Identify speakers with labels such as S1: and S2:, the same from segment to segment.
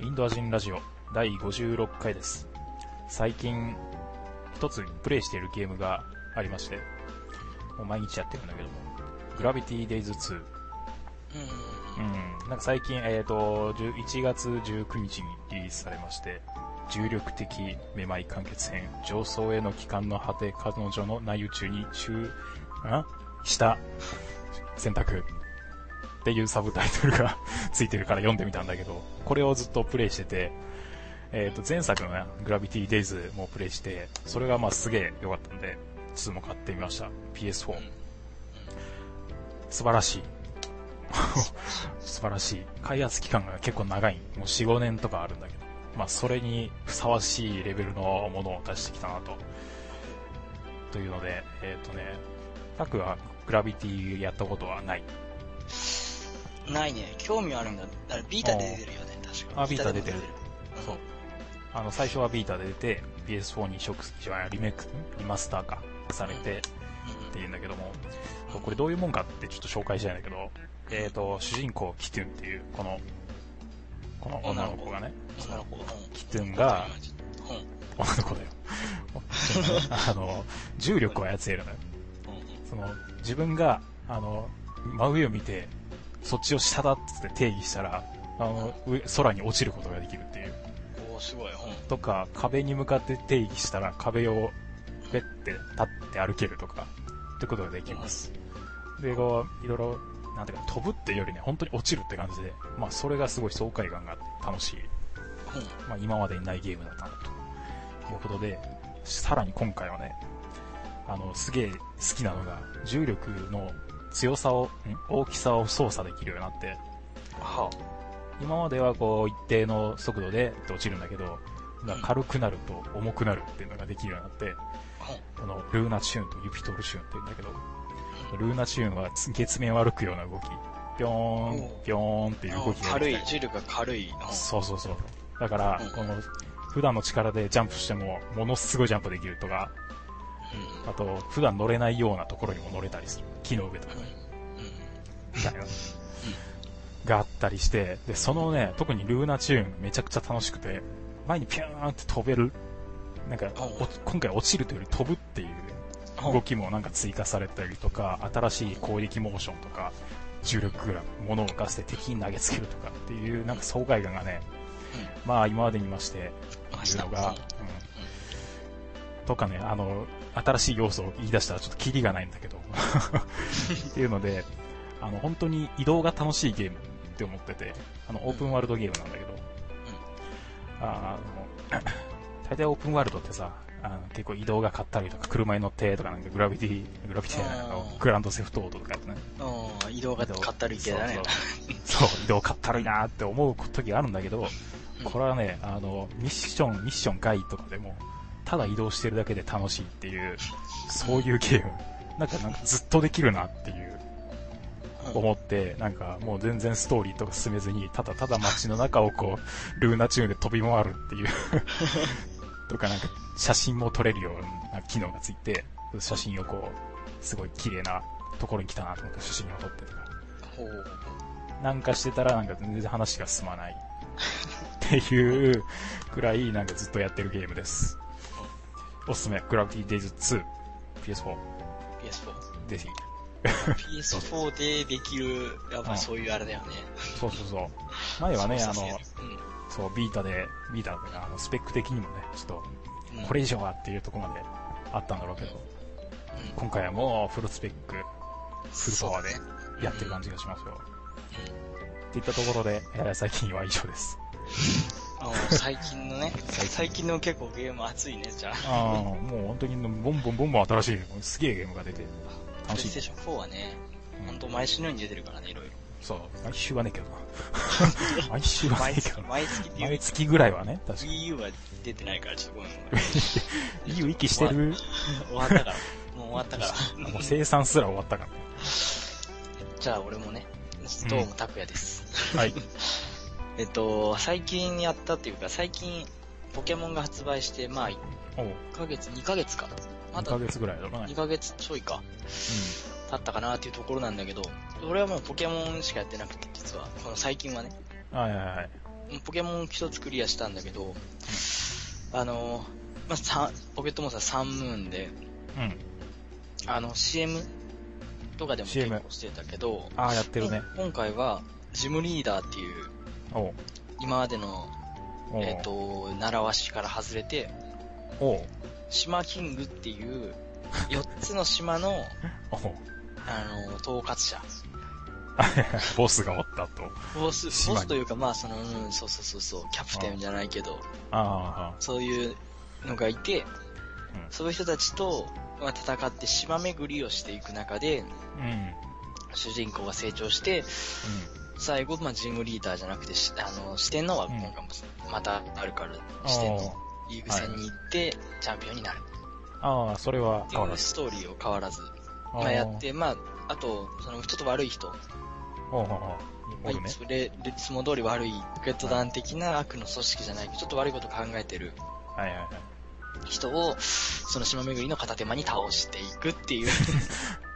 S1: インドア人ラジオ第56回です。最近、一つプレイしているゲームがありまして、もう毎日やってるんだけども、グラビティデイズ2。
S2: うん。
S1: うん。なんか最近、えっ、と、11月19日にリリースされまして、重力的めまい完結編、上層への帰還の果て、彼女の内宇宙に中、あした選択っていうサブタイトルが ついてるから読んでみたんだけど、これをずっとプレイしてて、えっ、と、前作のね、グラビティデイズもプレイして、それがまあすげえ良かったんで、2も買ってみました。PS4。素晴らしい。 素晴らしい。開発期間が結構長い。もう4、5年とかあるんだけど。まあ、それにふさわしいレベルのものを出してきたなと。というので、えっ、とね、タクはグラビティやったことはない。
S2: ないね。興味はあるんだ。だからビータで出てるよね、確か
S1: あ、ビータ出てる
S2: ビー。タでも出てる
S1: そう。あの、最初はビータで出て、PS4 に移植、リメイク、リマスター化されて、っていうんだけども、そうこれどういうもんかってちょっと紹介したいんだけど、えっ、と、主人公キトゥンっていう、この、この女の子がね、
S2: うん。女の子。うん
S1: キトゥンが、
S2: うん。
S1: 女の子だよ。 あの、重力を操れるのよ。
S2: うん。
S1: その、自分が、あの、真上を見て、そっちを下だっつって定義したら、あの、上空に落ちることができるっていう。
S2: おー、すごい。うん。
S1: とか、壁に向かって定義したら壁をペッて立って歩けるとか、ってことができます。で、こう、いろいろ、なんていうか、飛ぶっていうよりね、本当に落ちるって感じで、まあ、それがすごい爽快感があって楽しい。まあ、今までにないゲームだったなということで、さらに今回はね、あの、すげえ好きなのが、重力の強さを、ん大きさを操作できるようになって、
S2: は
S1: 今まではこう一定の速度で落ちるんだけど、まあ
S2: うん
S1: 軽くなると重くなるっていうのができるようになって、このルーナチューンとユピトルチューンって言うんだけど、ルーナチューンは月面を歩くような動き、ぴょー
S2: うん
S1: ん、ぴょーんっていう動きが
S2: 軽い。重力が軽い。うん
S1: そうそうそう。だから
S2: うん、
S1: この、普段の力でジャンプしても、ものすごいジャンプできるとか、あと、普段乗れないようなところにも乗れたりする。木の上とかね、
S2: うん。うん。
S1: みたいな。があったりして、で、そのね、特にルーナチューンめちゃくちゃ楽しくて、前にピューンって飛べる。なんか、お今回落ちるというより飛ぶっていう
S2: うん
S1: 動きもなんか追加されたりとか、新しい攻撃モーションとか、重力グラム、物を浮かせて敵に投げつけるとかっていう、なんか爽快感がね、まあ今までにまして、
S2: うん。
S1: いうのが、う
S2: う
S1: ん、とかね、あの、新しい要素を言い出したらちょっとキリがないんだけ ど。っていうので、あの、本当に移動が楽しいゲームって思ってて、あの、オープンワールドゲームなんだけど、あの、 大体オープンワールドってさ、あの結構移動が買ったりとか、車に乗ってとか、なんかグラビティ、グラビティじゃないあの
S2: うん
S1: グランドセフトオートとかやってね。
S2: ん。うん。移動がかったるい系だね。
S1: そうそうそう移動かったるいなーって思う時があるんだけど、
S2: うん
S1: これはね、あの、ミッション、ミッション外とかでも、ただ移動してるだけで楽しいっていう、そういうゲーム。なんか、なんかずっとできるなっていう、
S2: うん
S1: 思って、なんかもう全然ストーリーとか進めずに、ただただ街の中をこう、ルーナチューンで飛び回るって いう。とかなんか、写真も撮れるような機能がついて、写真をこう、すごい綺麗なところに来たなと思って写真を撮ってとか。
S2: ほう
S1: なんかしてたらなんか全然話が進ま ない。っていうくらいなんかずっとやってるゲームです。おすすめ、グラビティデイズ2、PS4、
S2: PS4。
S1: ぜひ。
S2: PS4 でできる、やっぱそういうあれだよね。
S1: そうそうそう。前はね、あ
S2: 操作性
S1: の、そう、ビータで、ビータで、あの、スペック的にもね、ちょっと、
S2: うん。うん
S1: これ以上はっていうところまであったんだろうけど、今回はもうフルスペック、フルパワーでやってる感じがしますよ。っていったところで、えー最近は以上です。
S2: あの最近のね、
S1: 最近
S2: 最近の結構ゲーム熱いね、じゃあ。
S1: ああ、もう本当にボンボンボンボン新しい、すげえゲームが出て、
S2: プレイ
S1: 楽し
S2: ステー
S1: い。
S2: ション4はね、
S1: うん
S2: ほんと毎週のように出てるからね、いろいろ。
S1: そう、毎週はねえけど な。毎週はね
S2: 毎
S1: えけ
S2: 月、
S1: どな。
S2: 毎月っていう
S1: 毎。月ぐらいはね、確かに。
S2: Wii U は出てないから、ちょっとごめん ごめん。
S1: いい息して る。
S2: 終わったから。もう終わった から。
S1: もう生産すら終わったか
S2: じゃあ俺もね、どうも拓也です。
S1: ら。はい。
S2: えっと、最近やったっていうか、最近、ポケモンが発売して、まあ、1
S1: おう、
S2: ヶ月、2ヶ月か。ま
S1: 2
S2: だ
S1: ヶ月ぐらいだろうね
S2: 2。ヶ月ちょいか、経ったかなっていうところなんだけど、俺はもうポケモンしかやってなくて、実は、この最近はね、
S1: うん。はいはいはい。
S2: ポケモン一つクリアしたんだけど、あの、まあ、さポケットモンスターサンムーンで、
S1: うん。
S2: あの、CM とかでも結
S1: CM
S2: 構してたけど、
S1: ああ、やってるね。
S2: 今回は、ジムリーダーっていう、
S1: おう。
S2: 今までの、
S1: おう。
S2: えっ、と、習わしから外れて、
S1: おう。
S2: 島キングっていう、4つの島 の、
S1: おう。
S2: あの、統括者。
S1: ボスがおったと。
S2: ボス、
S1: 島に
S2: ボスというか、まあ、その、うん、そうそうそうそう、キャプテンじゃないけど、
S1: あ
S2: そういうのがいて、
S1: うん
S2: そういう人たちと、まあ、戦って島巡りをしていく中で、
S1: あ、うん。うん。
S2: 主人公が成長して、最後、まあ、ジムリーダーじゃなくて、しあの、四天王は
S1: うん
S2: 今回も、またあるから、
S1: あ
S2: 四天
S1: ー
S2: 王、リーグ戦に行って、チャンピオンになるっ
S1: ああ、それは
S2: て
S1: 変わ
S2: い
S1: ら
S2: う
S1: ず。
S2: ストーリーを変わらず、
S1: あ
S2: ま
S1: あ
S2: あ、やっ。て、まあ、あと、その、ちょっと悪い人、
S1: おうおうおう。
S2: まあ、
S1: お
S2: い
S1: るね。
S2: つれいつも通り悪い、ロケット団的な悪の組織じゃないけど、ちょっと悪いこと考えてる
S1: はいはいはい。
S2: 人を、その島巡りの片手間に倒していくっていう、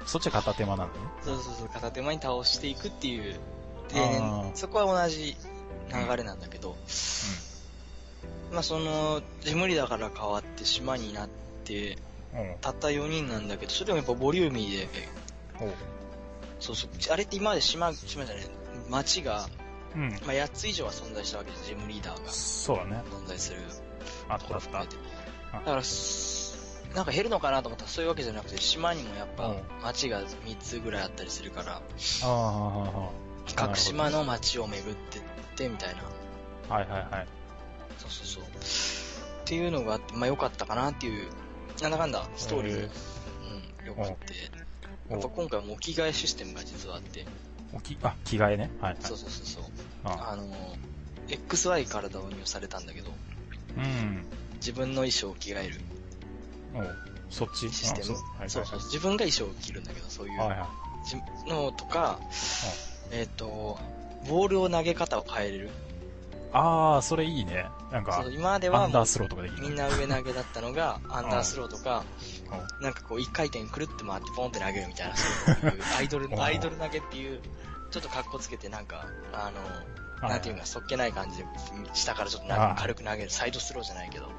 S1: そっちは片手間なんだね。
S2: そうそうそう、片手間に倒していくっていう、
S1: あ
S2: で
S1: ー、
S2: そこは同じ流れなんだけど、まあその、ジムリだから変わって島になって、たった4人なんだけど、それでもやっぱボリューミーで、
S1: うん。おう。
S2: そうそう、あれって今まで島、島じゃない、町が、
S1: うん。
S2: まあ8つ以上は存在したわけです、ジムリーダーが
S1: そうだね。
S2: 存在する。
S1: あっ
S2: と
S1: たあ
S2: ころ
S1: っ
S2: 含
S1: た
S2: め。て
S1: あ
S2: だからすなんか減るのかなと思ったらそういうわけじゃなくて島にもやっ
S1: う
S2: ぱ
S1: ん
S2: 町が3つぐらいあったりするから
S1: ああ、あああなるほど
S2: 各島の町を巡ってってみたいな
S1: あはいはいはい。
S2: そうそうそうっていうのがあってまあ良かったかなっていうなんだかんだストーリー
S1: へ
S2: うん良くって
S1: お
S2: やっぱ
S1: う
S2: 今回もお着替えシステムが実はあって
S1: おきあ、着替えね。はいはい。
S2: そうそうそうそう
S1: あ
S2: あの XY から導入されたんだけど
S1: うん。
S2: 自分の衣装を着替える
S1: おうそっち
S2: システム
S1: あ
S2: そうそう自分が衣装を着るんだけどそういう
S1: はいはいはい。はいはい。
S2: じのとか、えっ、と、ボールを投げ方を変えれる。
S1: ああ、それいいね。なんか
S2: そ、う今まで
S1: ア
S2: は
S1: ンダ
S2: も
S1: ースローとかでき
S2: う
S1: る。
S2: みんな上投げだったのが、アンダースローとか、
S1: おう
S2: なんかこう一回転くるって回ってポンって投げる みたいな、そういうアイドル
S1: う、ん
S2: アイドル投げっていう、ちょっと格好つけてなんか、あの、なんていうか、そっけない感じで、下からちょっとなんか軽く投げる、サイドスローじゃないけど、
S1: うん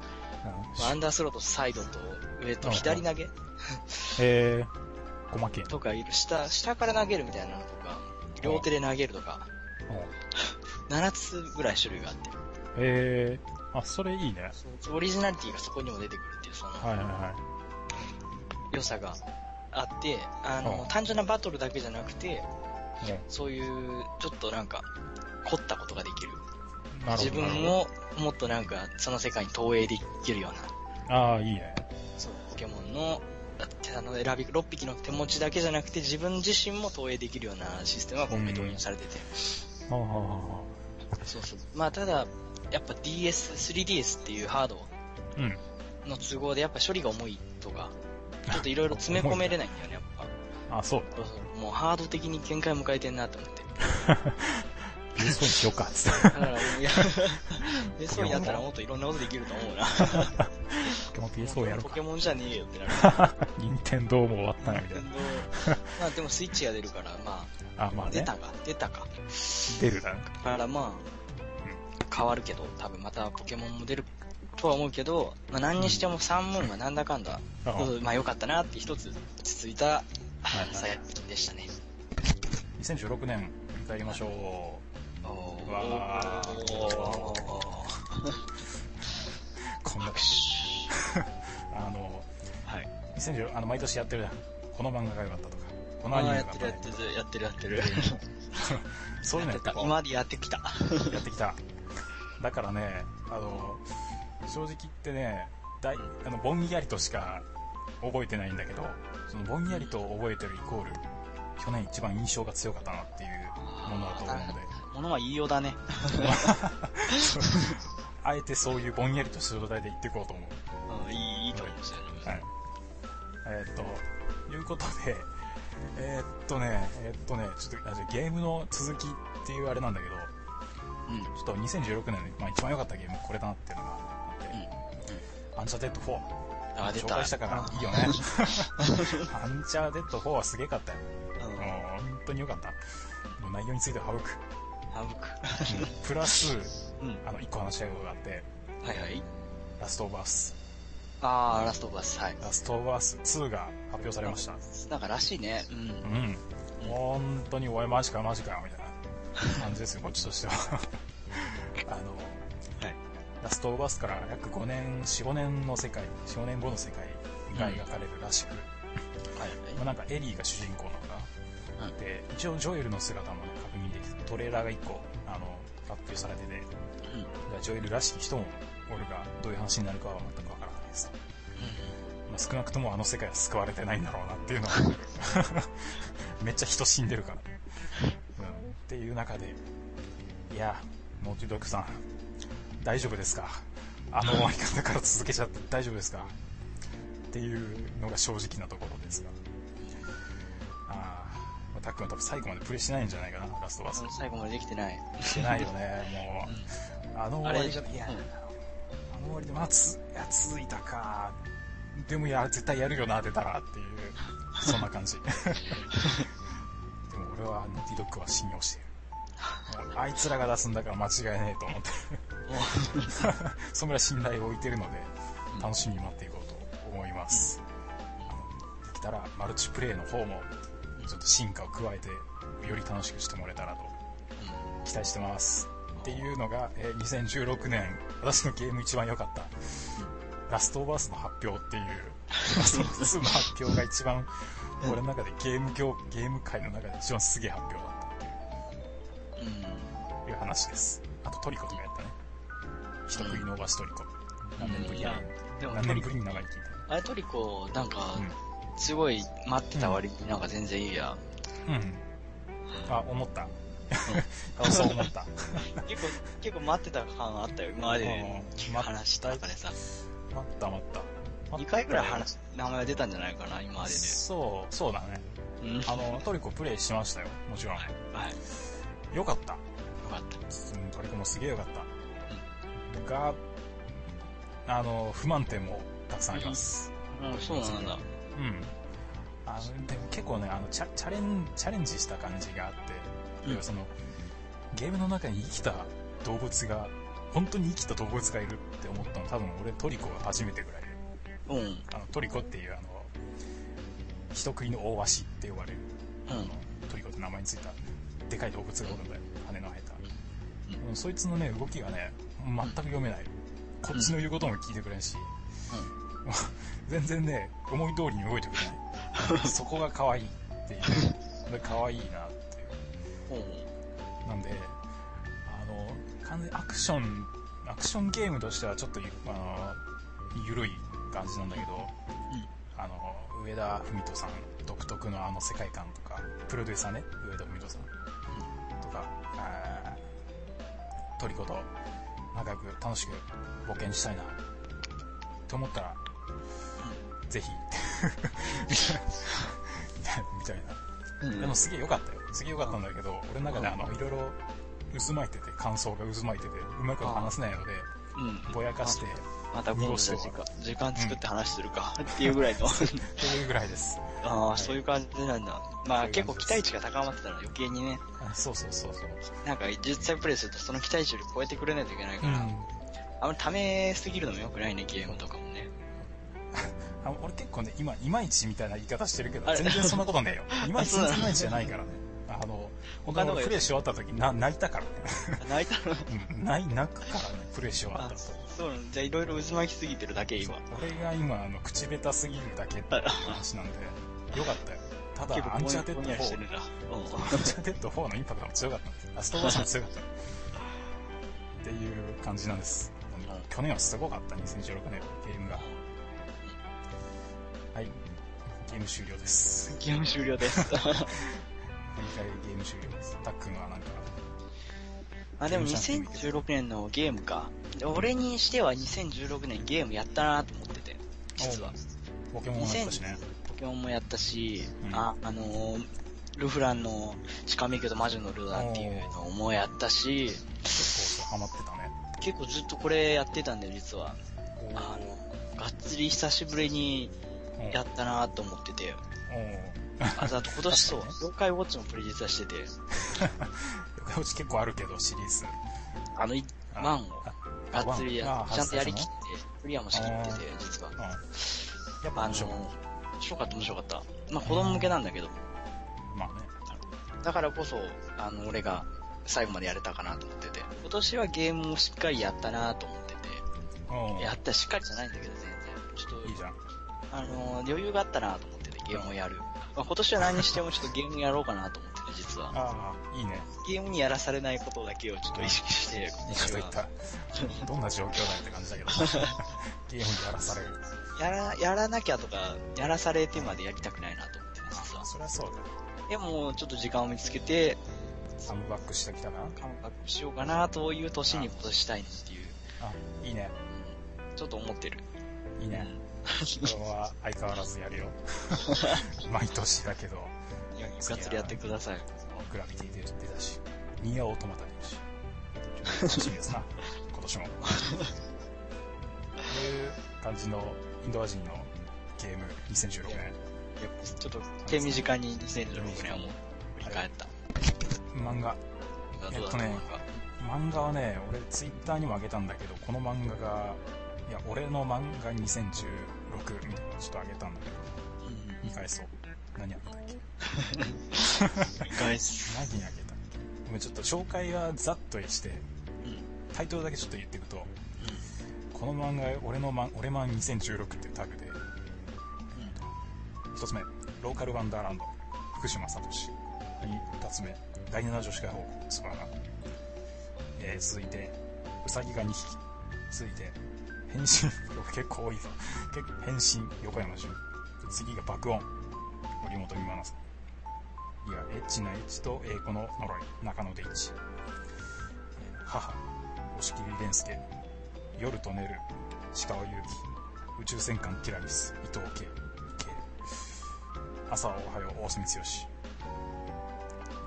S2: まあアンダースローとサイドと上と
S1: うん
S2: 左投げ
S1: えー、ごまけん。
S2: とかいる、下、下から投げるみたいなのとか、両手で投げるとか、
S1: おう
S2: 7つぐらい種類があって。
S1: えー、あ、それいいね。
S2: そうオリジナリティがそこにも出てくるっていう、その、
S1: はいはいはい。
S2: 良さがあって、あ
S1: う
S2: の
S1: ん、
S2: 単純なバトルだけじゃなくて、
S1: ね
S2: そういう、ちょっとなんか、凝ったことができる。
S1: なるほ
S2: 自
S1: ど。なるほ
S2: 分
S1: ど
S2: をもっとなんか、その世界に投影できるような、
S1: ああ、いいね。
S2: そう、ポケモンの、だってあの、選び、6匹の手持ちだけじゃなくて、自分自身も投影できるようなシステムが今回導入されてて。
S1: はあはあは
S2: そうそう。まあ、ただ、やっぱ DS、3DS っていうハード
S1: あうん。
S2: の都合で、やっぱ処理が重いとか、ちょっといろいろ詰め込めれないんだよね、やっぱ。
S1: あ、そう。
S2: そうそうもうハード的に限界迎えてんなと思って。
S1: ビーストにしようか、つって。
S2: だから、いや、そうやったらもっといろんなことできると思うな。
S1: ポケモン PSO やる
S2: ポ
S1: か。
S2: ケモンじゃねえよってなる。け
S1: 任天堂も終わったな、みた
S2: ど
S1: いな。
S2: まあでもスイッチが出るから、ま
S1: あ、まあ
S2: あ、出
S1: ね。
S2: たか、出たか。
S1: 出るな。
S2: だからまあ、変わるけど、多分またポケモンも出るとは思うけど、まあ何にしてもサンムーンがなんだかんだ、
S1: ああ
S2: うんまあ良かったなって一つ落ち着いた
S1: はい
S2: 最近でしたね。
S1: 2016年、振り返りましょ
S2: お
S1: う。わー。
S2: ー。
S1: こんな
S2: 拍、手。
S1: あの、
S2: はい。
S1: 2016、あの、毎年やってるじゃん。この漫画が良かったとか。この
S2: あ
S1: アニ
S2: あ
S1: メ
S2: や
S1: が
S2: って
S1: 良か
S2: る
S1: った
S2: やっ
S1: とか。
S2: てるやってるやってる。
S1: そういうのやって
S2: 今までやってきた。
S1: やってきた。だからね、あの、正直言ってね、だいあのぼんやりとしか覚えてないんだけど、そのぼんやりと覚えてるイコール、去年一番印象が強かったなっていうものだと思うので、
S2: ものは言いようだね。
S1: あえてそういうぼんやりとした状態で言っていこうと思う。
S2: うん、いい、いいと思うんですよね。
S1: はい。えーっと、いうことで、えーっとね、えーっとね、ちょっとあじゃあゲームの続きっていうあれなんだけど、
S2: うん。
S1: ちょっと2016年で、まあ、一番良かったゲームこれだなっていうのがあって、
S2: うん
S1: アンチャーデッド4。
S2: あ、出
S1: 紹
S2: た。
S1: 介したから、いいよね。 アンチャーデッド4はすげえかったよ。
S2: うん
S1: もう本当によかった。もう内容については省く。
S2: 省く。
S1: プラス、
S2: うん。
S1: あの、一個話したいことがあって、
S2: はいはい。
S1: ラストオブアース。
S2: あー、ラストバス、はい。
S1: ラストオブアース2が発表されました。
S2: なんからしいね。うん。
S1: うん。本当に、おい、マジかよ、マジかよ、みたいな感じですよ、こっちと しては。あの、
S2: はい。
S1: ラストオブアースから約5年、4、5年の世界、4、5年後の世界が描かれるらしく、
S2: はい
S1: まあ、なんかエリーが主人公なのかな、
S2: うん
S1: で一応ジョエルの姿も、ね、確認できてトレーラーが1個あの発表されててだか
S2: はい。うん。うん。
S1: らジョエルらしき人もおるがどういう話になるかは全くわからないです、まあ、少なくともあの世界は救われてないんだろうなっていうのは めっちゃ人死んでるから、うん、っていう中でいやモーティドッグさん大丈夫ですかあの終わり方から続けちゃって大丈夫ですかっていうのが正直なところですがああ、たっくんは多分最後までプレイしてないんじゃないかな、ラストバス。
S2: その最後までできてない。
S1: してないよね、もう。あの終わりが、
S2: あれ
S1: いや、
S2: う
S1: あ
S2: ん
S1: の終わりで、まあ、つ、いや、続いたか。でも、いや、絶対やるよな、出たら、っていう、そんな 感じ。でも、俺は、ノーティドックは信用してる。もうあいつらが出すんだから間違いねえと思ってる。そんぐらい信頼を置いてるので、楽しみに待っていこうと思います。あのできたら、マルチプレイの方も、ちょっと進化を加えて、より楽しくしてもらえたらと期待してます。っていうのが、えー2016年、私のゲーム一番良かった、ラストオーバースの発表っていう、ラストオーバースの発表が一番、
S2: うん
S1: 俺の中でゲーム業、ゲーム界の中で一番すげえ発表だっ
S2: うん。うん。
S1: たという話です。あとトリコとかやったね。一食い逃しトリコ。何年ぶりだろ
S2: うん
S1: う
S2: でも
S1: 何年ぶりに長生き。
S2: あれトリコ、なんか
S1: う、
S2: すごい待ってた割になんか全然いいや。
S1: ん。うん。あ、思った。あそう思 った。
S2: 結構、結構待ってた感あったよ。今まで
S1: うん
S2: 話した中でさ。
S1: 待った待った。
S2: 2回くらい話、名前が出たんじゃないかな、今までで。
S1: そう、そうだね。
S2: うん。
S1: あの、トリコプレイしましたよ。もちろん。
S2: はい。よ
S1: 良かった。
S2: かった。
S1: うん、トリコもすげえ良かった。が、あの、不満点もたくさんあります。
S2: うん、そうなんだ。
S1: うん。あの、でも結構ね、あの、チャチャレン、チャレンジした感じがあって、
S2: うん
S1: その、ゲームの中に生きた動物が、本当に生きた動物がいるって思ったの、多分俺トリコが初めてぐらいで、
S2: うん。うん。
S1: あの、トリコっていうあの、人食いの大鷲って呼ばれる、あのトリコって名前についたでかい動物がおるんだよ羽の生えた、
S2: う
S1: うんそいつのね動きがね全く読めない、こっちの言うことも聞いてくれんし、もう全然ね思い通りに動いてくれないそこが可愛いっていうで可愛いなっていう
S2: うん。
S1: なんであの完全にアクションアクションゲームとしてはちょっとあの緩い感じなんだけど、あの上田文人さん独特のあの世界観とかプロデューサーね上田文人さんとかあートリコと仲良く楽しく冒険したいなと思ったら、ぜひ みたいな
S2: うん。うん。
S1: でもすげえ良かったよ。すげえ良かったんだけど、俺の中であの、いろいろ渦巻いてて、感想が渦巻いてて、うまく話せないので、
S2: うん。
S1: ぼやかして、っ
S2: また今度じゃあ時間、時間作って話してるか、っていうぐ らいの。
S1: ていうぐらいです。
S2: ああ、そういう感じなんだ。まあ
S1: そういう感じです
S2: 結構期待値が高まってたら余計にね、
S1: あそうそうそうそう。
S2: なんか実際プレイするとその期待値より超えてくれないといけないから、
S1: うん
S2: あんまりためすぎるのも良くないね、ゲームとかも ね。
S1: あ俺結構ね、今、いまいちみたいな言い方してるけど
S2: あ、れ
S1: 全然そんなことねえ よ。いまいち、
S2: そう
S1: 全
S2: なの
S1: 然いまいちじゃないからね。あの、
S2: 他
S1: 他
S2: の
S1: の
S2: が
S1: プレイし終わった時、な、泣いたからね。
S2: 泣いたの
S1: うん泣い、泣くからね、プレイし終わっ
S2: あ
S1: たと。そう
S2: そうなんじゃあいろいろ渦巻きすぎてるだけ、今。
S1: 俺が今、あの、口下手すぎるだけっていう話 なんで、よかったよ。た
S2: 結
S1: だ、
S2: 構
S1: アン
S2: ぼん
S1: チャーテッ
S2: ぼん
S1: ド
S2: やりして
S1: 4
S2: る、な。う
S1: アン
S2: ん。
S1: チャーテッド4のインパクトも強かったんです。ラストバースも強かった。っていう感じなんです。去年はすごかった、2016年、ゲームが。はい。ゲーム終了です。
S2: ゲーム終了です。
S1: 毎回ゲーム終了です。たっくんはなんか、
S2: あでも2016年のゲームか。で俺にしては2016年ゲームやったなと思ってて、実は。
S1: ポケモンもやったしね。
S2: ポケモンもやったし、
S1: うん
S2: あ、あのールフランの地下迷宮と魔女のルアーっていうのもやったし、
S1: 結構ハマってたね。
S2: 結構ずっとこれやってたんで、実は。あの、がっつり久しぶりにやったなと思ってて。あと、あと今年 そう、妖怪ウォッチもプレジタしてて。
S1: 妖怪ウォッチ結構あるけど、シリーズ。
S2: あの、ワンをがっつりや、ちゃんとやりきって、クリアもしきってて、実は。。
S1: やっぱ面白かった
S2: 面白かった、面白かった。まあ、子供向けなんだけど。
S1: まあね。
S2: だからこそ、あの、俺が最後までやれたかなと思ってて。今年はゲームもしっかりやったなと思ってて。やったしっかりじゃないんだけど、全然。ちょっと、
S1: いいじゃん。
S2: あの、余裕があったなと思ってて、ゲームをやる。まあ、今年は何にしてもちょっとゲームやろうかなと思ってね、実は。
S1: ああ、いいね。
S2: ゲームにやらされないことだけをちょっと意識して、
S1: 今年は。ったどんな状況だって感じ だけど、ゲームにやらされる。
S2: やら、やらなきゃとか、やらされてまでやりたくないなと思ってね、実は。
S1: そりゃそうだ。
S2: でも、ちょっと時間を見つけて、
S1: カムバックしてきたな。
S2: カムバックしようかなという年に今年したいなっていう。
S1: あ、いいね。
S2: ちょっと思ってる。
S1: いいね。これは相変わらずやる よ。毎年だけど。
S2: いや、ガッツリやってください。
S1: グラビティ出出たし、ニアオートマタ出たし。楽しみ ですな、今年も。という感じのインドア人のゲーム2016年。いや、
S2: ちょっと手短に2016年はもう振り返った。
S1: 漫画。えっとね、漫画はね、俺ツイッターにもあげたんだけど、この漫画が、いや、俺の漫画2016みたいなのちょっとあげたんだけど、見返そう。何あげたっ
S2: け見返す。
S1: 何あげたっけでもちょっと紹介はざっとして、タイトルだけちょっと言っていくと、うん、この漫画、俺のマン、俺マン2016っていうタグで、一、うん、つ目、ローカルワンダーランド、福島聡。二つ目、第7女子会報告、スパラ。えー、続いて、ウサギが2匹。続いて、変身、 結構多いぞ。結構変身、横山潤。次が爆音、森本美真奈さん。いや、エッチなエッチと英語の呪い、中野デイチ。母、押切蓮介。夜と寝る、鹿尾祐希。宇宙戦艦ティラミス、伊藤圭。朝はおはよう、大隅剛。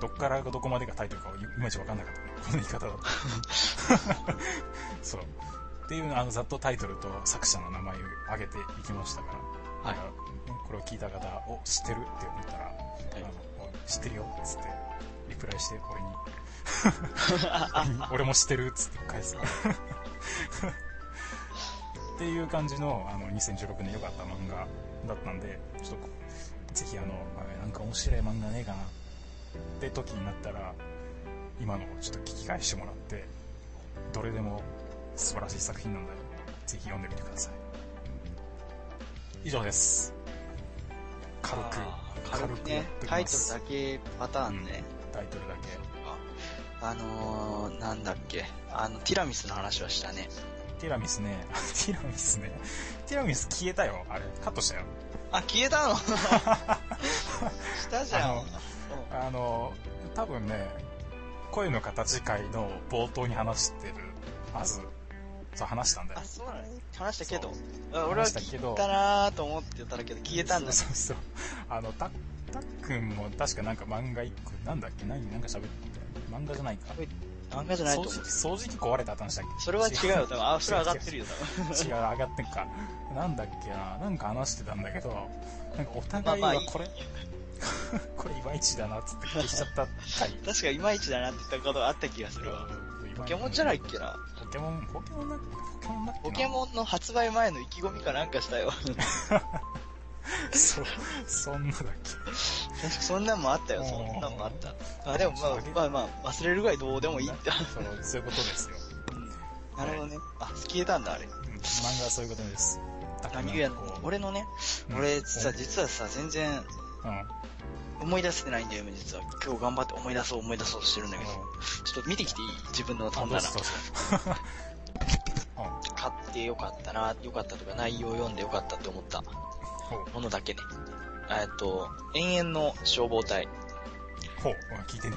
S1: どっからどこまでがタイトルか、いまいちわかんなかったね。この言い方 だと。そう。っていうあのざっとタイトルと作者の名前を挙げていきましたから、はい、ね、これを聞いた方を知ってるって思ったら、はい、あの知ってるよっつってリプライして俺に 俺も知ってるっつって返す からっていう感じのあの2016年良かった漫画だったんでちょっとぜひあのあなんか面白い漫画ねえかなって時になったら今のちょっと聞き返してもらってどれでも素晴らしい作品なので、ぜひ読んでみてください。以上です。軽く、
S2: 軽く、ね、タイトルだけパターンね。
S1: うん、タイトルだけ。
S2: あのー、なんだっけ、あの、ティラミスの話はしたね。
S1: ティラミスね、 ティラミスね、ティラミス消えたよ、あれ、カットしたよ。
S2: あ、消えたのしたじゃん。
S1: あの、多分ね、声の形会の冒頭に話してるはず。そう話したんだよ。
S2: あ、そうなの、ね、話したけど。俺は聞いたなーと思ってたけど、消えたんだ
S1: そうそうそう。あの、た、たっくんも確かなんか漫画一個、なんだっけ何なんか喋って。漫画じゃないか。
S2: 漫画じゃないと
S1: 思う。掃除機壊れた話だっけ
S2: それは違うよ。多分、あ、それ上がってるよ、、
S1: 多分。違う、違う上がってんか。なんだっけな。なんか話してたんだけど、なんかお互いはこれ、 まあまあこれいまいちだなっつって消しちゃった。はい
S2: 確かいまいちだなって言ったことあった気がするわ。ポケモンじゃないっけな
S1: ポケモン、ポケモンだっけポケモンだっけ
S2: ポケモンの発売前の意気込みかなんかした よ。
S1: そ、そんなだっけ
S2: 確かそんなんもあったよ、そんなんもあった。まあでもまあ、まあまあ、忘れるぐらいどうでもいいんだ。
S1: そう、そういうことですよ。
S2: なるほどね。あ、消えたんだ、あれ。
S1: 漫画はそういうことです。
S2: 何言うやの俺のね、俺、実は、実はさ、全然、思い出せてないんだよ、実は。今日頑張って思い出そう思い出そうとしてるんだけど。ちょっと見てきていい自分の本棚。 買ってよかったな、よかったとか内容読んでよかったって思ったものだけね。えっと、延々の消防隊。
S1: ほう、聞いてね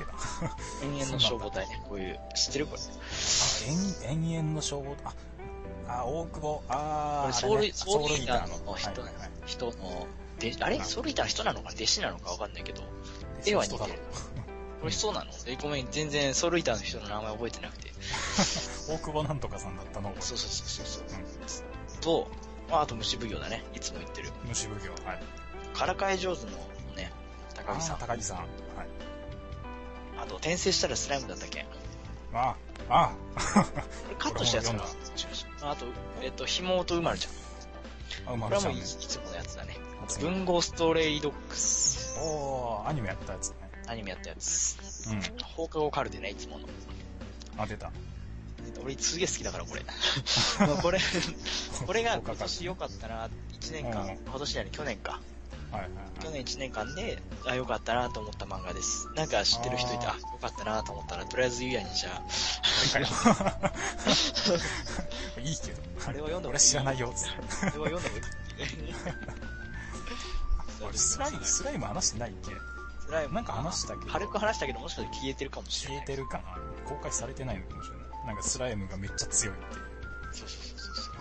S1: えな。
S2: 延々の消防隊ね。こういう、知ってるこれ。
S1: あ、延々の消防隊。あ、あ、大久保。あ
S2: あ、ソウル、ね、ソウルイターの人、はい人の、で、あれソウルイターの人なのか弟子なのかわかんないけど、絵は似てる。これそうなのえ、ごめん、全然ソウルイターの人の名前覚えてなくて。
S1: 大久保なんとかさんだったの
S2: そうそうそうそう。うん、と、まあ、あと虫奉行だね。いつも言ってる。
S1: 虫奉行。はい。
S2: からかい上手のね、高木さん。
S1: 高木さん。はい。
S2: あと、転生したらスライムだったっけ
S1: ああ、ああ。
S2: これカットしたやつかなあと、えっと、紐とうまるち
S1: あ、う
S2: ゃん。
S1: ま
S2: これ
S1: る
S2: は
S1: ちゃ
S2: もうんいい
S1: ね。
S2: つものやつだね。あと
S1: 次
S2: 文豪ストレイドックス。
S1: おー、アニメやったやつね。
S2: アニメやったやつ。
S1: うん。
S2: 放課後カルテね、いつもの。
S1: あ、出た。
S2: 俺すげえ好きだから、これ。まあこれ、これが今年良かったな、1年間、
S1: うん
S2: 今年じゃない、去年か。
S1: はいはい
S2: 去
S1: はい。
S2: 年1年間で、あ、良かったなと思った漫画です。なんか知ってる人いて、あ
S1: あー
S2: 良かったなと思ったら、とりあえずゆうやにじ ゃあ、
S1: いいけど。
S2: あれは読んだ方がいい
S1: 俺知らないよ。
S2: これは読んだ方がい い。
S1: 俺スライム、スライム話してないっけ
S2: スライム
S1: なんか話したけど
S2: 軽く話したけど、もしかして消えてるかもし
S1: 消
S2: れ
S1: え
S2: ない。
S1: てるかな公開されてないのかもしれない。なんかスライムがめっちゃ強いっていう。
S2: そうそうそうそう。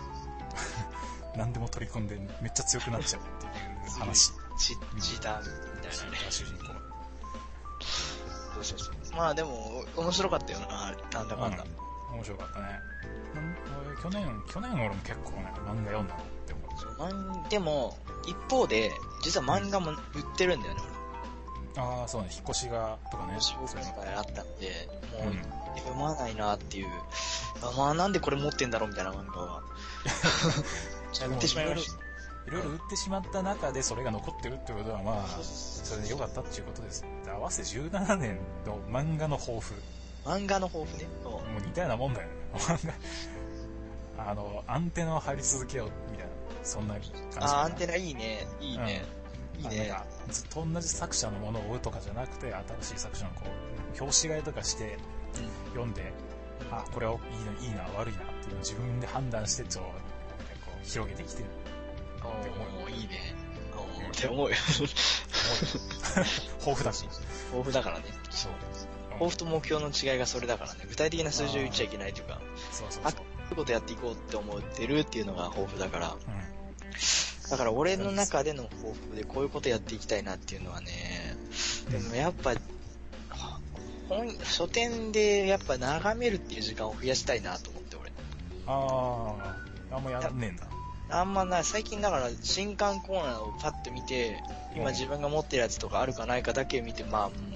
S1: 何でも取り込んでめっちゃ強くなっちゃうっていう話。
S2: チチーターみたいなね。
S1: 主人公。
S2: そうそうそう。まあでも、面白かったよな、なんだかんだ。
S1: うん、面白かったね。なん俺去年、去年俺も結構ね、漫画読んだなって思
S2: そう漫でも、一方で、実は漫画も売ってるんだよね、
S1: う。ああ、そうね、引っ越しが、とかね
S2: 俺。。紹
S1: そう
S2: 介
S1: いうの
S2: 会あったんで、
S1: う
S2: も
S1: ん
S2: う、読まないなっていう。あまあなんでこれ持ってんだろうみたいな漫画 は。じゃあ売ってしまいました。
S1: いろいろ売ってしまった中でそれが残ってるってことはまあ
S2: そうそう、そう
S1: それで良かったっていうことです。合わせて17年の漫画の抱負。
S2: 漫画の抱負ね。そ
S1: もう似たようなもんだよね。 漫画あの、アンテナを張り続けよう、みたいな。そんな感じ。
S2: うあー、アンテナいいね。いいね。
S1: い
S2: いいね。
S1: ずっと同じ作者のものを追うとかじゃなくて、新しい作者のこう、表紙替えとかして、読んで、あ、これはいいな、いいな、悪いなっていうのを自分で判断して、ちょ、なんかこう、広げてきてる。
S2: おーいいね。おーって思うよ。
S1: 豊富だし。
S2: 抱負だからね。
S1: そう。
S2: 抱負と目標の違いがそれだからね。具体的な数字を言っちゃいけないというか、こ
S1: そうそうそう。
S2: ういうことやっていこうって思ってるっていうのが抱負だから。
S1: うん。
S2: だから俺の中での抱負でこういうことやっていきたいなっていうのはね、でもやっぱ、本、書店でやっぱ眺めるっていう時間を増やしたいなと思って俺。
S1: ああ、あんまやんねえんだ。
S2: あんまない、最近だから新刊コーナーをパッと見て、今自分が持ってるやつとかあるかないかだけ見て、まあ、うん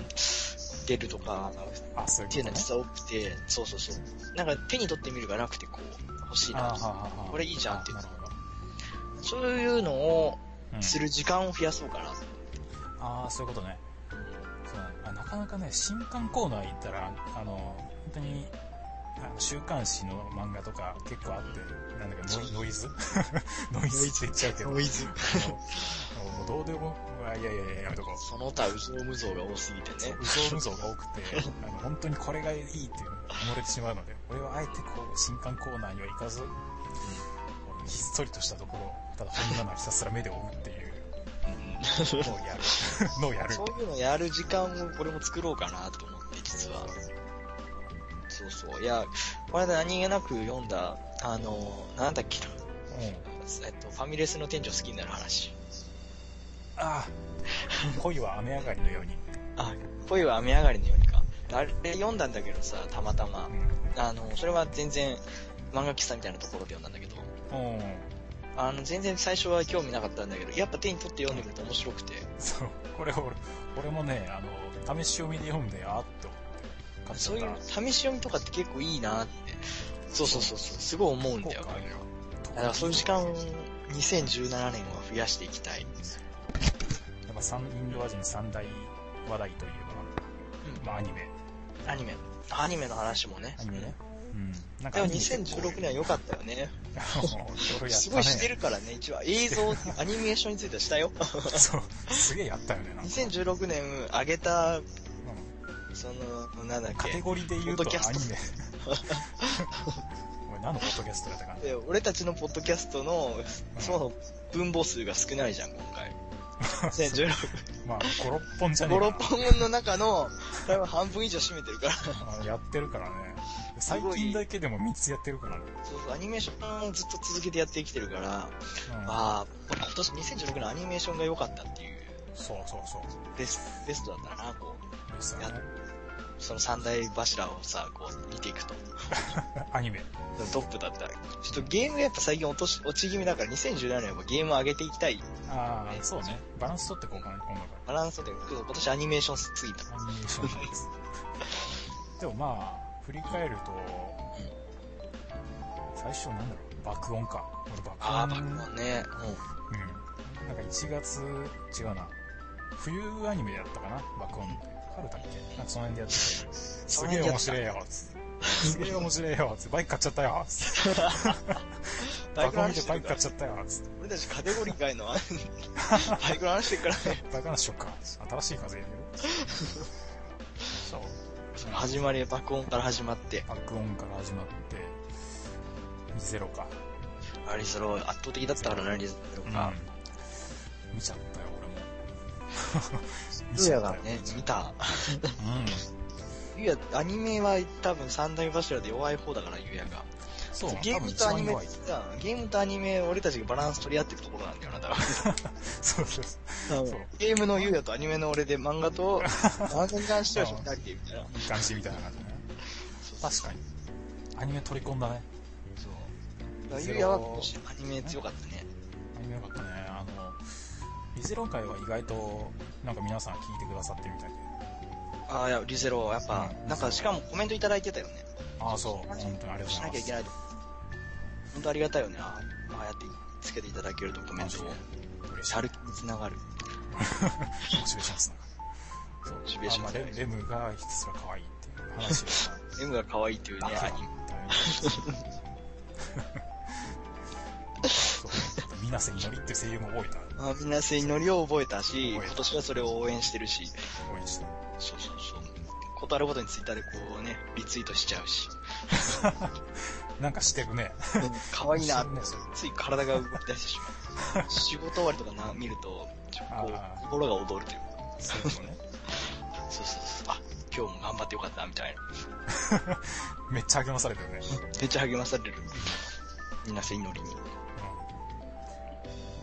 S2: 出るとか、
S1: あ、そうい
S2: っ
S1: う
S2: ていう
S1: こ
S2: の
S1: とね。
S2: は実は多くて、そうそうそう。なんか手に取ってみるがなくて、こう、欲しい
S1: あ
S2: な
S1: ーはあはあはあ
S2: これいいじゃんっていう
S1: なるほど。
S2: そういうのを
S1: うん
S2: する時間を増やそうかな。
S1: ああ、そういうことね。そうなのあなかなかね、新刊コーナー行ったら、あの、本当に、あの週刊誌の漫画とか結構あって、なんだかノイノイズ ノイズって言っちゃうけど。
S2: ノイズ。
S1: あのもうどうでも、あいやいやいや、やめとこう。
S2: その他、うぞうむぞうが多すぎてね。
S1: うぞうむぞうが多くて、あの本当にこれがいいっていうのに埋もれてしまうので、俺はあえてこう、新刊コーナーには行かず、ひっそりとしたところ、ただ本棚をひたすら目で追うっていう のをやる。 のをやる
S2: そ。ういうのやる時間をこれも作ろうかなと思って、実は。そうそう。いや、これ何気なく読んだ、あの、なんだっけな。
S1: うん
S2: えっと、ファミレスの店長好きになる話。
S1: ああ、恋は雨上がりのように。
S2: あ、恋は雨上がりのようにか。あれ読んだんだけどさ、たまたま。あの、それは全然、漫画喫茶みたいなところで読んだんだけど、
S1: うん。うん。
S2: あの、全然最初は興味なかったんだけど、やっぱ手に取って読んでみると面白くて、
S1: そう、これ俺、俺もね、あの、試し読みで読んで、あーって思って買っち
S2: そうい
S1: ゃ
S2: う
S1: った。
S2: 試し読みとかって結構いいなって、そうそうそう、そうすごい思うんだよ。
S1: あるよ。
S2: だからそういう時間を2017年は増やしていきたい。
S1: やっぱ三インドア人三大話題といえば、まあアニメ。
S2: アニメ。アニメの話もね。
S1: アニメね。うん。なん
S2: でも
S1: アニメ結構
S2: 2016年は 良かったよね。
S1: もういろいろやったね。
S2: すごいしてるからね、一応映像、アニメーションについてはしたよ。
S1: そう、すげえやったよね、なんか。
S2: 2016年上げた、
S1: うん
S2: その、なんだっ
S1: カテ
S2: け。
S1: ゴリーで言うと
S2: ポッドキャ
S1: ア
S2: スト
S1: ニメ。 お前何のポッドキャストだったかな。
S2: で俺たちのポッドキャストの、そもそも分母数が少ないじゃん、今回。2016
S1: まあ、5、6本じゃね
S2: 5、
S1: えかな
S2: 6本の中の、多分半分以上占めてるから。
S1: あのやってるからね。
S2: す
S1: 最
S2: ごい
S1: 近だけでも3つやってるからね。
S2: そうそう、アニメーションをずっと続けてやってきてるから、
S1: うん
S2: まあ、今年2016年アニメーションが良かったっていう、
S1: そうそうそう。
S2: ベスベストだったな、こ
S1: ですよね。
S2: う、その三大柱をさ、こう、見ていくと。
S1: アニメ。
S2: トップだったら。ちょっとゲームやっぱ最近落とし、落ち気味だから2017年はゲーム上げていきたい。
S1: ああ、そうね。バランス取ってこうかな、今度か
S2: バランスで、今年アニメーションすぎた。
S1: ら。アニメー ションです。でもまあ、振り返ると、最初なんだろう、爆音か。俺爆音。
S2: ああ、バックモンね。
S1: うん。なんか1月、違うな。冬アニメやったかな爆音って。春だっけなんかその辺で やってて。すげえ面白いよ、つって。すげえ面白いよ、つって。バイク買っちゃったよ、つって。
S2: うん。バイ
S1: 爆
S2: ク
S1: 音
S2: の
S1: で
S2: 話して
S1: バ
S2: る
S1: イク
S2: か
S1: 買っ
S2: ら。
S1: ちゃったよ、つって。
S2: 俺たちカテゴリー 外の、バイクの話してるからね。
S1: バカなしよっか。新しい風やめろ。 そう。
S2: その始まり、爆音から始まって。
S1: 爆音から始まって、ゼロか。
S2: あれ、その、圧倒的だったからな、リズムが。
S1: 見ちゃったよ、俺も。 見
S2: ゆう
S1: ちゃ
S2: や
S1: った
S2: が
S1: よ。
S2: ね、見た。
S1: うん。
S2: ゆうや、アニメは多分三大柱で弱い方だから、ゆうやが。
S1: そう、
S2: ゲ
S1: 多
S2: ー
S1: 分
S2: ム
S1: 一
S2: とア
S1: 番
S2: ニメっ
S1: 弱
S2: て
S1: い。
S2: さ、ゲームとアニメ、俺たちがバランス取り合ってるところなんだよな、だか
S1: そうそうそう。
S2: ら。
S1: そう
S2: ゲームのゆうやとアニメの俺で漫画 と、漫画に関しては二人で、みたいな。
S1: いい感じみたいな感じね。確かに。アニメ取り込んだね。そう。
S2: だからゆうやは今年アニメ強かったね。
S1: アニメよかったね。あの、リゼロ会は意外と、なんか皆さん聞いてくださってるみたいで。
S2: ああ、いや、リゼロ、やっぱ、なんか、しかもコメントいただいてたよね。
S1: ああ、そう。本当にありがとうご
S2: し
S1: ざ
S2: ないき
S1: ま
S2: ゃいけ
S1: す。
S2: ないと。本当ありがたいよね。ああ、まあ、やって、つけていただけるとコメントを。
S1: 嬉しい
S2: シャルキにつながる。
S1: モチベーションつながる。そう。
S2: モチベーション
S1: あまあレレムがひたすら可愛いっていう話でした。
S2: M が可愛いというね、アニメ。
S1: みなせにのりって声優も覚えた。
S2: まあ、みんな性にノリを覚えたし、
S1: 覚えた
S2: 今年はそれを応援してるし、
S1: 応援して
S2: そうそうそう。ことあるごとにツイッターでこうね、リツイートしちゃう し、
S1: なんかしてるね。
S2: 可愛いなって
S1: ね、それ
S2: つい体が動き出してしま う。仕事終わりとかな見ると、ちょっとこ
S1: あー
S2: う、心が躍るというか、
S1: そういうのね。
S2: そうそうそう、あ、今日も頑張ってよかったな、みたいな。
S1: めっちゃ励まされたよね。
S2: めっちゃ励まされる。みんな性にノリに。
S1: うん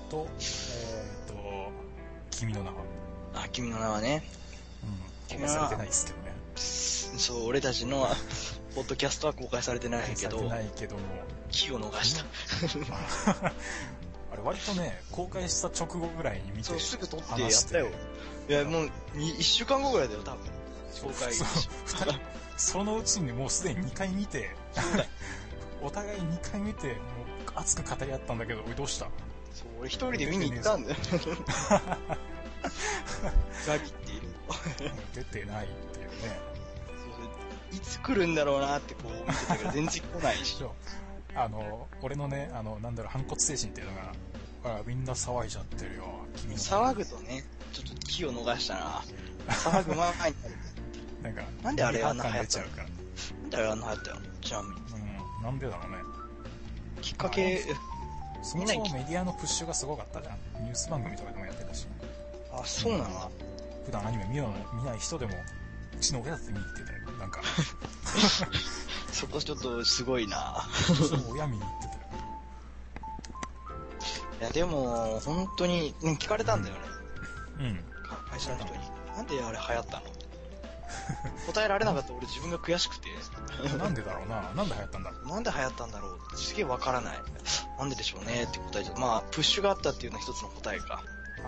S1: と、えーっと、君の名は。
S2: あ、君の名はね、
S1: うん。
S2: 君
S1: 公開
S2: の名
S1: さ
S2: は
S1: れてないですけどね。
S2: そう、俺たちの、ポッドキャストは公開されてな
S1: 公
S2: い
S1: 開
S2: け
S1: され
S2: ど
S1: て、ないけども。
S2: キーを逃した。
S1: あれ割とね、公開した直後ぐらいに見
S2: そ
S1: て
S2: う、、すぐ撮ってや
S1: 話
S2: っ
S1: して
S2: たよ。いや、もう、に一週間後ぐらいだよ、多分。公開。
S1: そう二人そのうちにもうすでに2回見て、お互い2回見て、もう熱く語り合ったんだけど、おいどうした
S2: そう、俺一人で見に行ったんだよ。ガビっている。
S1: 出てないっていうね。
S2: いつ来るんだろうなってこう見てたけど、全然来ない し
S1: そ。うあの、俺のね、あの、なんだろう、反骨精神っていうのが、ほら、みんな騒いじゃってるよ、君の。
S2: 騒ぐとね、ちょっと気を逃したな。騒ぐ前になる。
S1: なんか、
S2: なんであれあんな
S1: 感
S2: 流行
S1: 出
S2: っ
S1: ち
S2: た
S1: ゃ
S2: の
S1: うから。
S2: なんであれあんな流行ったのちなみに。
S1: うん、なんでだろうね。
S2: きっかけ、
S1: そもそもメディアのプッシュがすごかったじゃん。ニュース番組とかでもやってたし。
S2: あ、そうなの
S1: 普段アニメ見よう見ない人でも、うちの親だって見に行ってたよ。なん か、
S2: そこちょっとすごいな。
S1: うちの親見に行ってたよ。
S2: いや、でも、本当に、ね、聞かれたんだよね。
S1: うん。
S2: 会社の人に。なんであれ流行ったの答えられなかった俺自分が悔しくて。
S1: なんでだろうな。なんで流行ったんだろう。
S2: なんで流行ったんだろうってすげえわからない。なんででしょうねって答えちゃう。まあ、プッシュがあったっていうのは一つの答えか。
S1: あ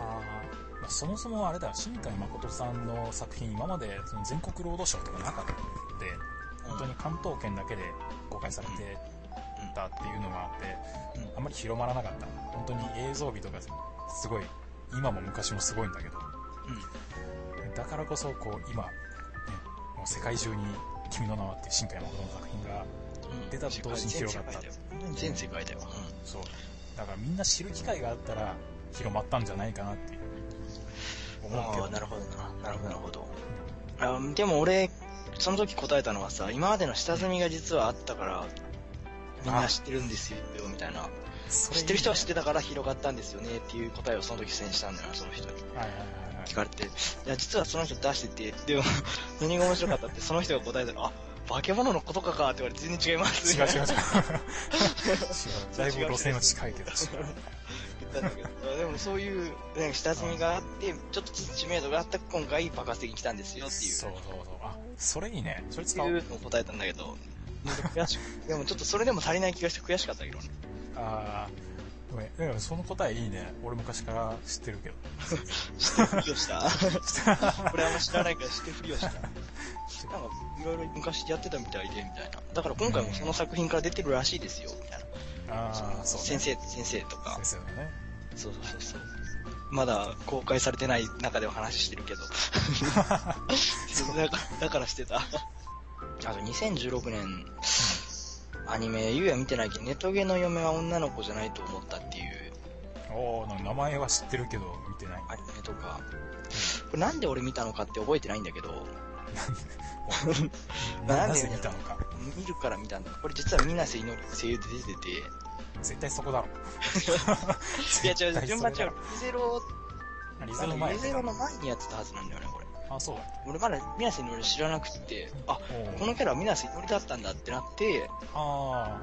S1: ーまあ、そもそもあれだよ、新海誠さんの作品、今までその全国労働省とかなかったので、本当に関東圏だけで公開されてたっていうのがあって、
S2: うん
S1: あんまり広まらなかった。本当に映像美とかすごい、今も昔もすごいんだけど、
S2: う
S1: だからこそこう今、ね、もう世界中に君の名はっていう新海誠の作品が
S2: ん。うん
S1: 出た同時に広がった
S2: 全世界だよ。全世界だよ。
S1: そう。だからみんな知る機会があったら広まったんじゃないかなっていう
S2: う
S1: 思
S2: ん。あ
S1: うけど。
S2: あ、なるほどな。なるほど、なるほど。あでも俺、その時答えたのはさ、今までの下積みが実はあったから、みんな知ってるんですよ、みたいな。
S1: それ
S2: 知ってる人は知ってたから広がったんですよねっていう答えをその時選したんだよな、その人に。
S1: はいはいはいはい
S2: 聞。かれて、いや、実はその人出してて、でも、 何が面白かったって、その人が答えたら、あ、化け物のことかかって言われて、全然違います。
S1: 違う違う違う。違う。だいぶ路線は近いけど違う。
S2: 言ったんだけど、でももそういう、ね、下積みがあって、ちょっと知名度があった今回爆発的に来たんですよっていう。
S1: そうそうそう。あ、それいいね。それ使
S2: っ
S1: お
S2: て
S1: う
S2: い。うのを答えたんだけど、悔しくでもちょっとそれでも足りない気がして悔しかったけどね。
S1: あーごめん。うん、その答えいいね。俺昔から知ってるけど。
S2: してふり をした。これあんま知らないからしてふりをした。なんか、いろいろ昔やってたみたいで、みたいな。だから今回もその作品から出てるらしいですよ、みたいな。
S1: ああ、そう、ね。
S2: 先生、先生とか
S1: 先。生のね。
S2: そうそうそうそう。まだ公開されてない中では話して るけど。だからだからしてた。あと2016年、アニメ、ゆうや見てないけど、ネトゲの嫁は女の子じゃないと思ったっていう
S1: おーなんか名前は知ってるけど、見 てない。
S2: アニメとか、これなんで俺見たのかって覚えてないんだけど、
S1: な
S2: なん
S1: な
S2: で
S1: ぜ見たのか。
S2: 見るから見たんだ。これ実はみなせいのり声優で出てて、
S1: 絶対そこだ ろ。
S2: いや違う、
S1: 絶対
S2: 順
S1: それ
S2: 番
S1: だ
S2: 違
S1: ろ
S2: う。リゼロ、
S1: あリゼの
S2: あの
S1: 前
S2: リゼロの前にやってたはずなんだよね、これ。
S1: あ、そうだ。
S2: 俺まだみなせいのり知らなくて、あ、
S1: おー
S2: このキャラはみなせいのりだったんだってなって、
S1: あ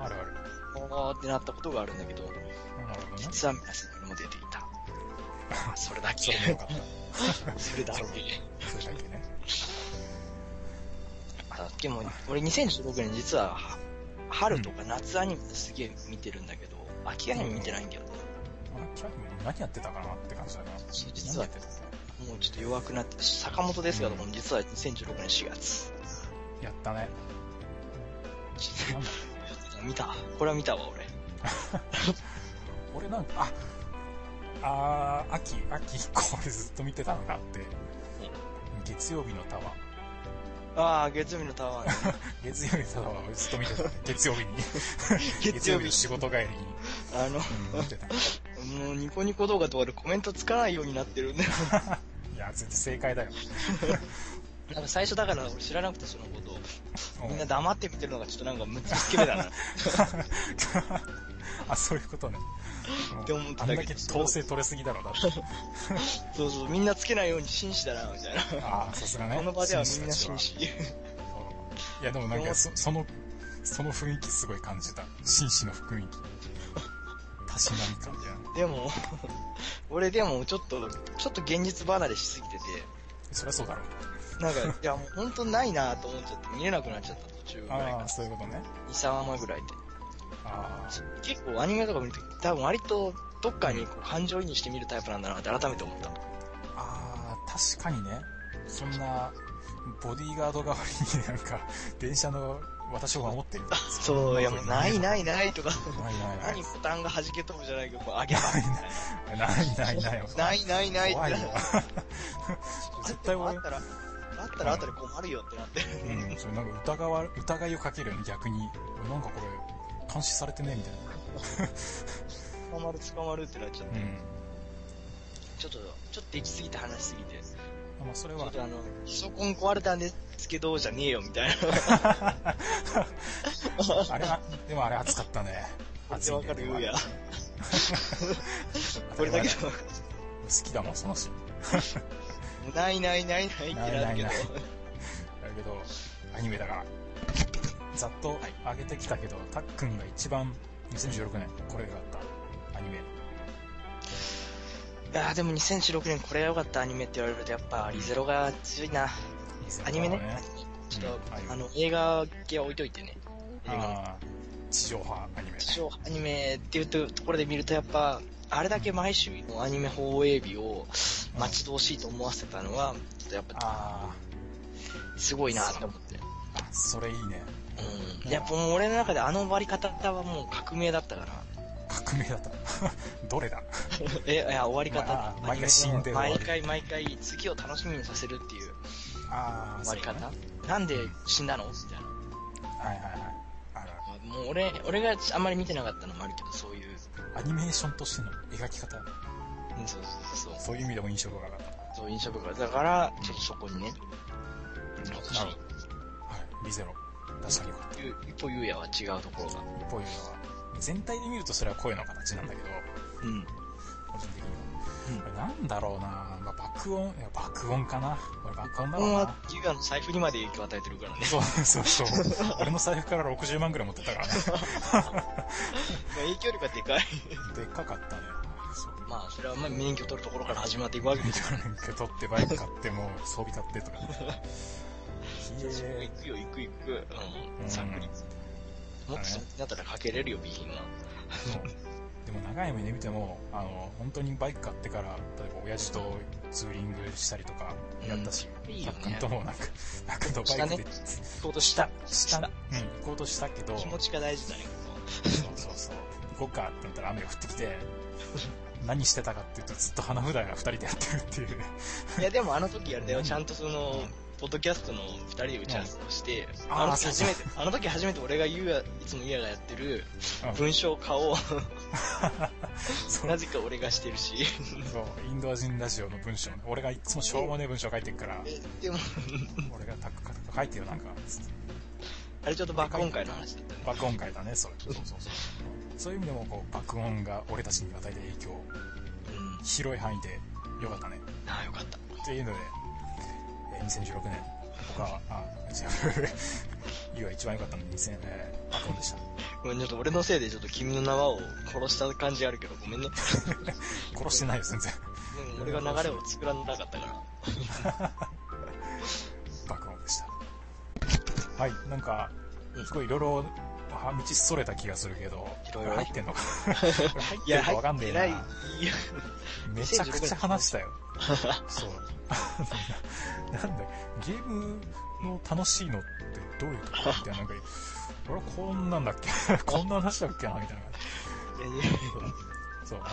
S1: あ、あるある。
S2: あーってなったことがあるんだけど、
S1: なるほどね。
S2: 実はみなせいのりも出ていた。 それだ
S1: そ
S2: け
S1: れ。もよかっ
S2: それだけ。
S1: た。それだけね。
S2: あでも、俺2016年実は、は春とか夏アニメすげえ見てるんだけど、秋アニメ見てないんだよね。
S1: あキャラも何やってたかなって感じだな。
S2: 実は
S1: 何やってた
S2: もうちょっと弱くなって、坂本ですが、でも実は2016年4月。
S1: やったね。なんだ
S2: 見た。これは見たわ、俺。
S1: 俺なんか、あ、あー、秋、秋、これずっと見てたのかって。月曜日のタワー。
S2: ああ、月曜日のタ ワーね
S1: 月曜日のタワーをずっと見てた。 月曜日に。
S2: 月曜日
S1: の、仕事帰りに。
S2: あの、
S1: うん見てた。
S2: もうニコニコ動画とかでコメントつかないようになってるんだよ。
S1: いや、絶対正解だよ。
S2: なんか最初だから俺知らなくてそのことを。
S1: う
S2: みんな黙って見てるのがちょっとなんかむつつけ目だ な。
S1: あ、そういうことね。
S2: って思って
S1: あ
S2: た
S1: ん
S2: けど
S1: だけ統制取れすぎだろ、だって。
S2: そうそう、みんなつけないように紳士だな、みたいな。
S1: ああ、さすがね。
S2: この場ではみんな
S1: 紳
S2: 紳
S1: 士た
S2: 士。
S1: ちはいや、でもなんかそ、その、その雰囲気すごい感じた。紳士の雰囲気。たしなみ感じゃん。
S2: でも、 俺でもちょっと、ちょっと現実離れしすぎてて、
S1: そりゃそうだろう。
S2: なんか、いやもう本当ないなと思っちゃって見れなくなっちゃった途中ぐらい
S1: あ
S2: か
S1: あ、そういうことね。
S2: 2、3話前ぐらいで。
S1: ああ、
S2: 結構アニメとか見るとき、多分割とどっかにこう感情移入して見るタイプなんだなって改めて思った。
S1: ああ、確かにね。そんな、ボディーガード代わりになんか、電車の私を守ってる。
S2: そう、いやもうない
S1: い。
S2: ないないとか、
S1: ないないない
S2: 何。ボタンが弾け飛ぶじゃないけど、こう上げ ばみたい
S1: ないないない。
S2: な。ないないない
S1: 怖
S2: っ
S1: い
S2: て
S1: よ。絶対
S2: あ
S1: 俺
S2: っ、たら、あったらあったら困るよってなって。
S1: うん、それなんか疑わ、疑いをかけるよね、逆に。なんかこれ、監視されてねみたい
S2: 捕まる捕まるってなっちゃって。
S1: な。うん。
S2: ちょっと、ちょっと行き過ぎて話しすぎて。ち
S1: まあ、それ
S2: ょ
S1: は
S2: っ、とあの、パソコン壊れたんですけど、じゃねえよみたいな。
S1: あれは、でもあれ暑かったね。暑い、ね。
S2: わ かるよ、いや。
S1: 当た
S2: こ
S1: り
S2: れ
S1: 前だ
S2: だけ
S1: よ
S2: でわか
S1: 好きだもん、そのシーン。
S2: る。ないないないないってなるけど
S1: ないないな。だけど、アニメだから。ざっと上げてきたけど、たっくんが一番、2016年、これがあった。アニメ。
S2: いやーでも2016年これが良かったアニメって言われるとやっぱリゼロが強いな。アニメね。ちょっと、
S1: うん
S2: あの、映画系は置いといてね。映画の
S1: ああ、地上波アニメ。
S2: 一応アニメっていうところで見るとやっぱ、あれだけ毎週のアニメ放映日を待ち遠しいと思わせたのは、ちょっとやっぱ
S1: あ
S2: すごいなと思って。
S1: あ、あそれいいね。
S2: うん。やっぱもう俺の中であの割り方はもう革命だったから。
S1: 革命だった。 どれだ
S2: え、いや、終わり方だ
S1: まあ。毎回死んで終わる
S2: 毎回毎回次を楽しみにさせるっていう
S1: ああ、
S2: 終わり
S1: そう
S2: 方
S1: ね。
S2: なんで死んだのみたいな。
S1: はいはいはい。ある
S2: もう俺、俺があんまり見てなかったのもあるけど、そういう、
S1: あるアニメーションとしての描き方、
S2: うんそうそうそう、
S1: そういう意味でも印象深かった。
S2: そう印象深い。だから、ちょっとそこにね、
S1: なるほど。はい。リゼロ。確かによかっ
S2: ゆ一歩ゆうやは違うところが。
S1: た。こういうのは。全体で見るとそれは声の形なんだけど、
S2: うん。
S1: 個人的には。
S2: う
S1: なんだろうなまあ、爆音、いや爆音かな俺爆音だ
S2: こ
S1: ろ
S2: れ
S1: う
S2: は
S1: な。、
S2: ゆうやの財布にまで影響を与えてるからね。
S1: そうそうそう。俺の財布から60万くらい持ってったからね。
S2: 影響力がでかい。
S1: でっかかったね。そう
S2: まあ、それはまあ免許取るところから始まっていくわけですから。
S1: なんか取ってバイク買ってもう装備買ってとか。ひ
S2: そこ
S1: え
S2: 行くよ、行く行く。う、
S1: うんん
S2: ざっくり。もっと先になったらかけれるよ、備品は。
S1: そうでも長い目で見てもあの本当にバイク買ってから例えば親父とツーリングしたりとかやったし、
S2: うんいいよ
S1: た
S2: ね
S1: っくんともなんか たっくんとバイクで
S2: 行こうとした。
S1: 下うん、行こうとしたけど
S2: 気持ちが大事だね、
S1: そうそうそう行こうかってなったら雨が降ってき て何してたかっていうとずっと花札が2人でやってる っていう
S2: ここいや、でもあの時あれだよ、ちゃんとその、ポッドキャストの二人で打ち合わせをして、
S1: ん
S2: あの
S1: あー
S2: 時初
S1: そう
S2: めて、あの時初めて俺がゆうや、いつもゆうやがやってる
S1: うん
S2: 文章化を、
S1: そう
S2: なぜか俺がしてるし。
S1: そうインドア人ラジオの文章俺がいつもしょうもねえ文章書いてるから
S2: えでも、
S1: 俺がタック書いてよなんかつって
S2: あれちょっと爆音会の話だったね。
S1: 爆音会だねそれそうそうそうそういう意味でもこう爆音が俺たちに与えた影響
S2: うん。
S1: 広い範囲で良かったね
S2: ああ、よかった。
S1: っていうので、えー2016年僕はあ違うゆうは一番良かったの2000、えー、爆音でした
S2: ごめん、ちょっと俺のせいでちょっと君の縄を殺した感じあるけど、ごめんね。
S1: 殺してないよ全然
S2: うん俺が流れを作らなかったから。
S1: 爆音でしたはいなんか
S2: うん
S1: すごいいろいろあ道それた気がするけど
S2: いろいろね
S1: 入ってんの か入ってるかわかんねえな
S2: 入ってないよ
S1: めちゃくちゃ話 したよ。そう。 なんだ、ゲームの楽しいのってどういうとこみたいな、なんか、俺こんなんだっけ こんな話だっけなみたいな。そう、あ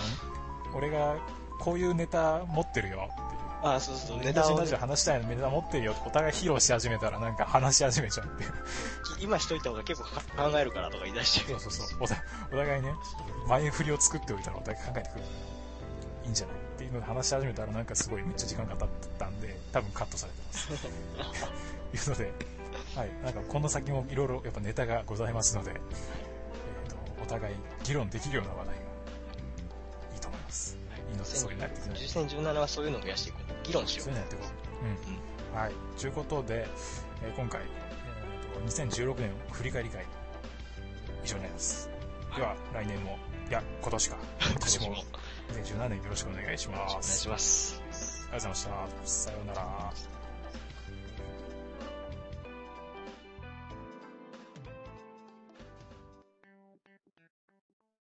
S1: の、俺がこういうネタ持ってるよっていう。
S2: あ、そうそう、ネ
S1: ネタ
S2: タ
S1: を
S2: を
S1: ラジオ話したいのネタ持ってるよってお互い披露し始めたらなんか話し始めちゃって。
S2: 今しといた方が結構考えるからとか言い出して
S1: そうそうそう。おたお互いね、前振りを作っておいたらお互い考えてくる。いいんじゃないっていうので話し始めたらなんかすごいめっちゃ時間が経ったんで、多分カットされてます。いうので、はい、なんかこの先もいろいろやっぱネタがございますので、えーとお互い議論できるような話題がいいと思います。いいので、そういうのやっていきましょう
S2: 10 17はそういうのを増やしていこう。議論しよ
S1: そういうのやっていこう。うん。はい。ということで、えー今回、えーと2016年振り返り会、以上になります。では、来年も、いや、今年か。 今
S2: う。
S1: 年
S2: お
S1: も
S2: 願い、
S1: 2017年よろしくお願いしま
S2: し
S1: す。
S2: ます。
S1: ありがとうございました。さようなら。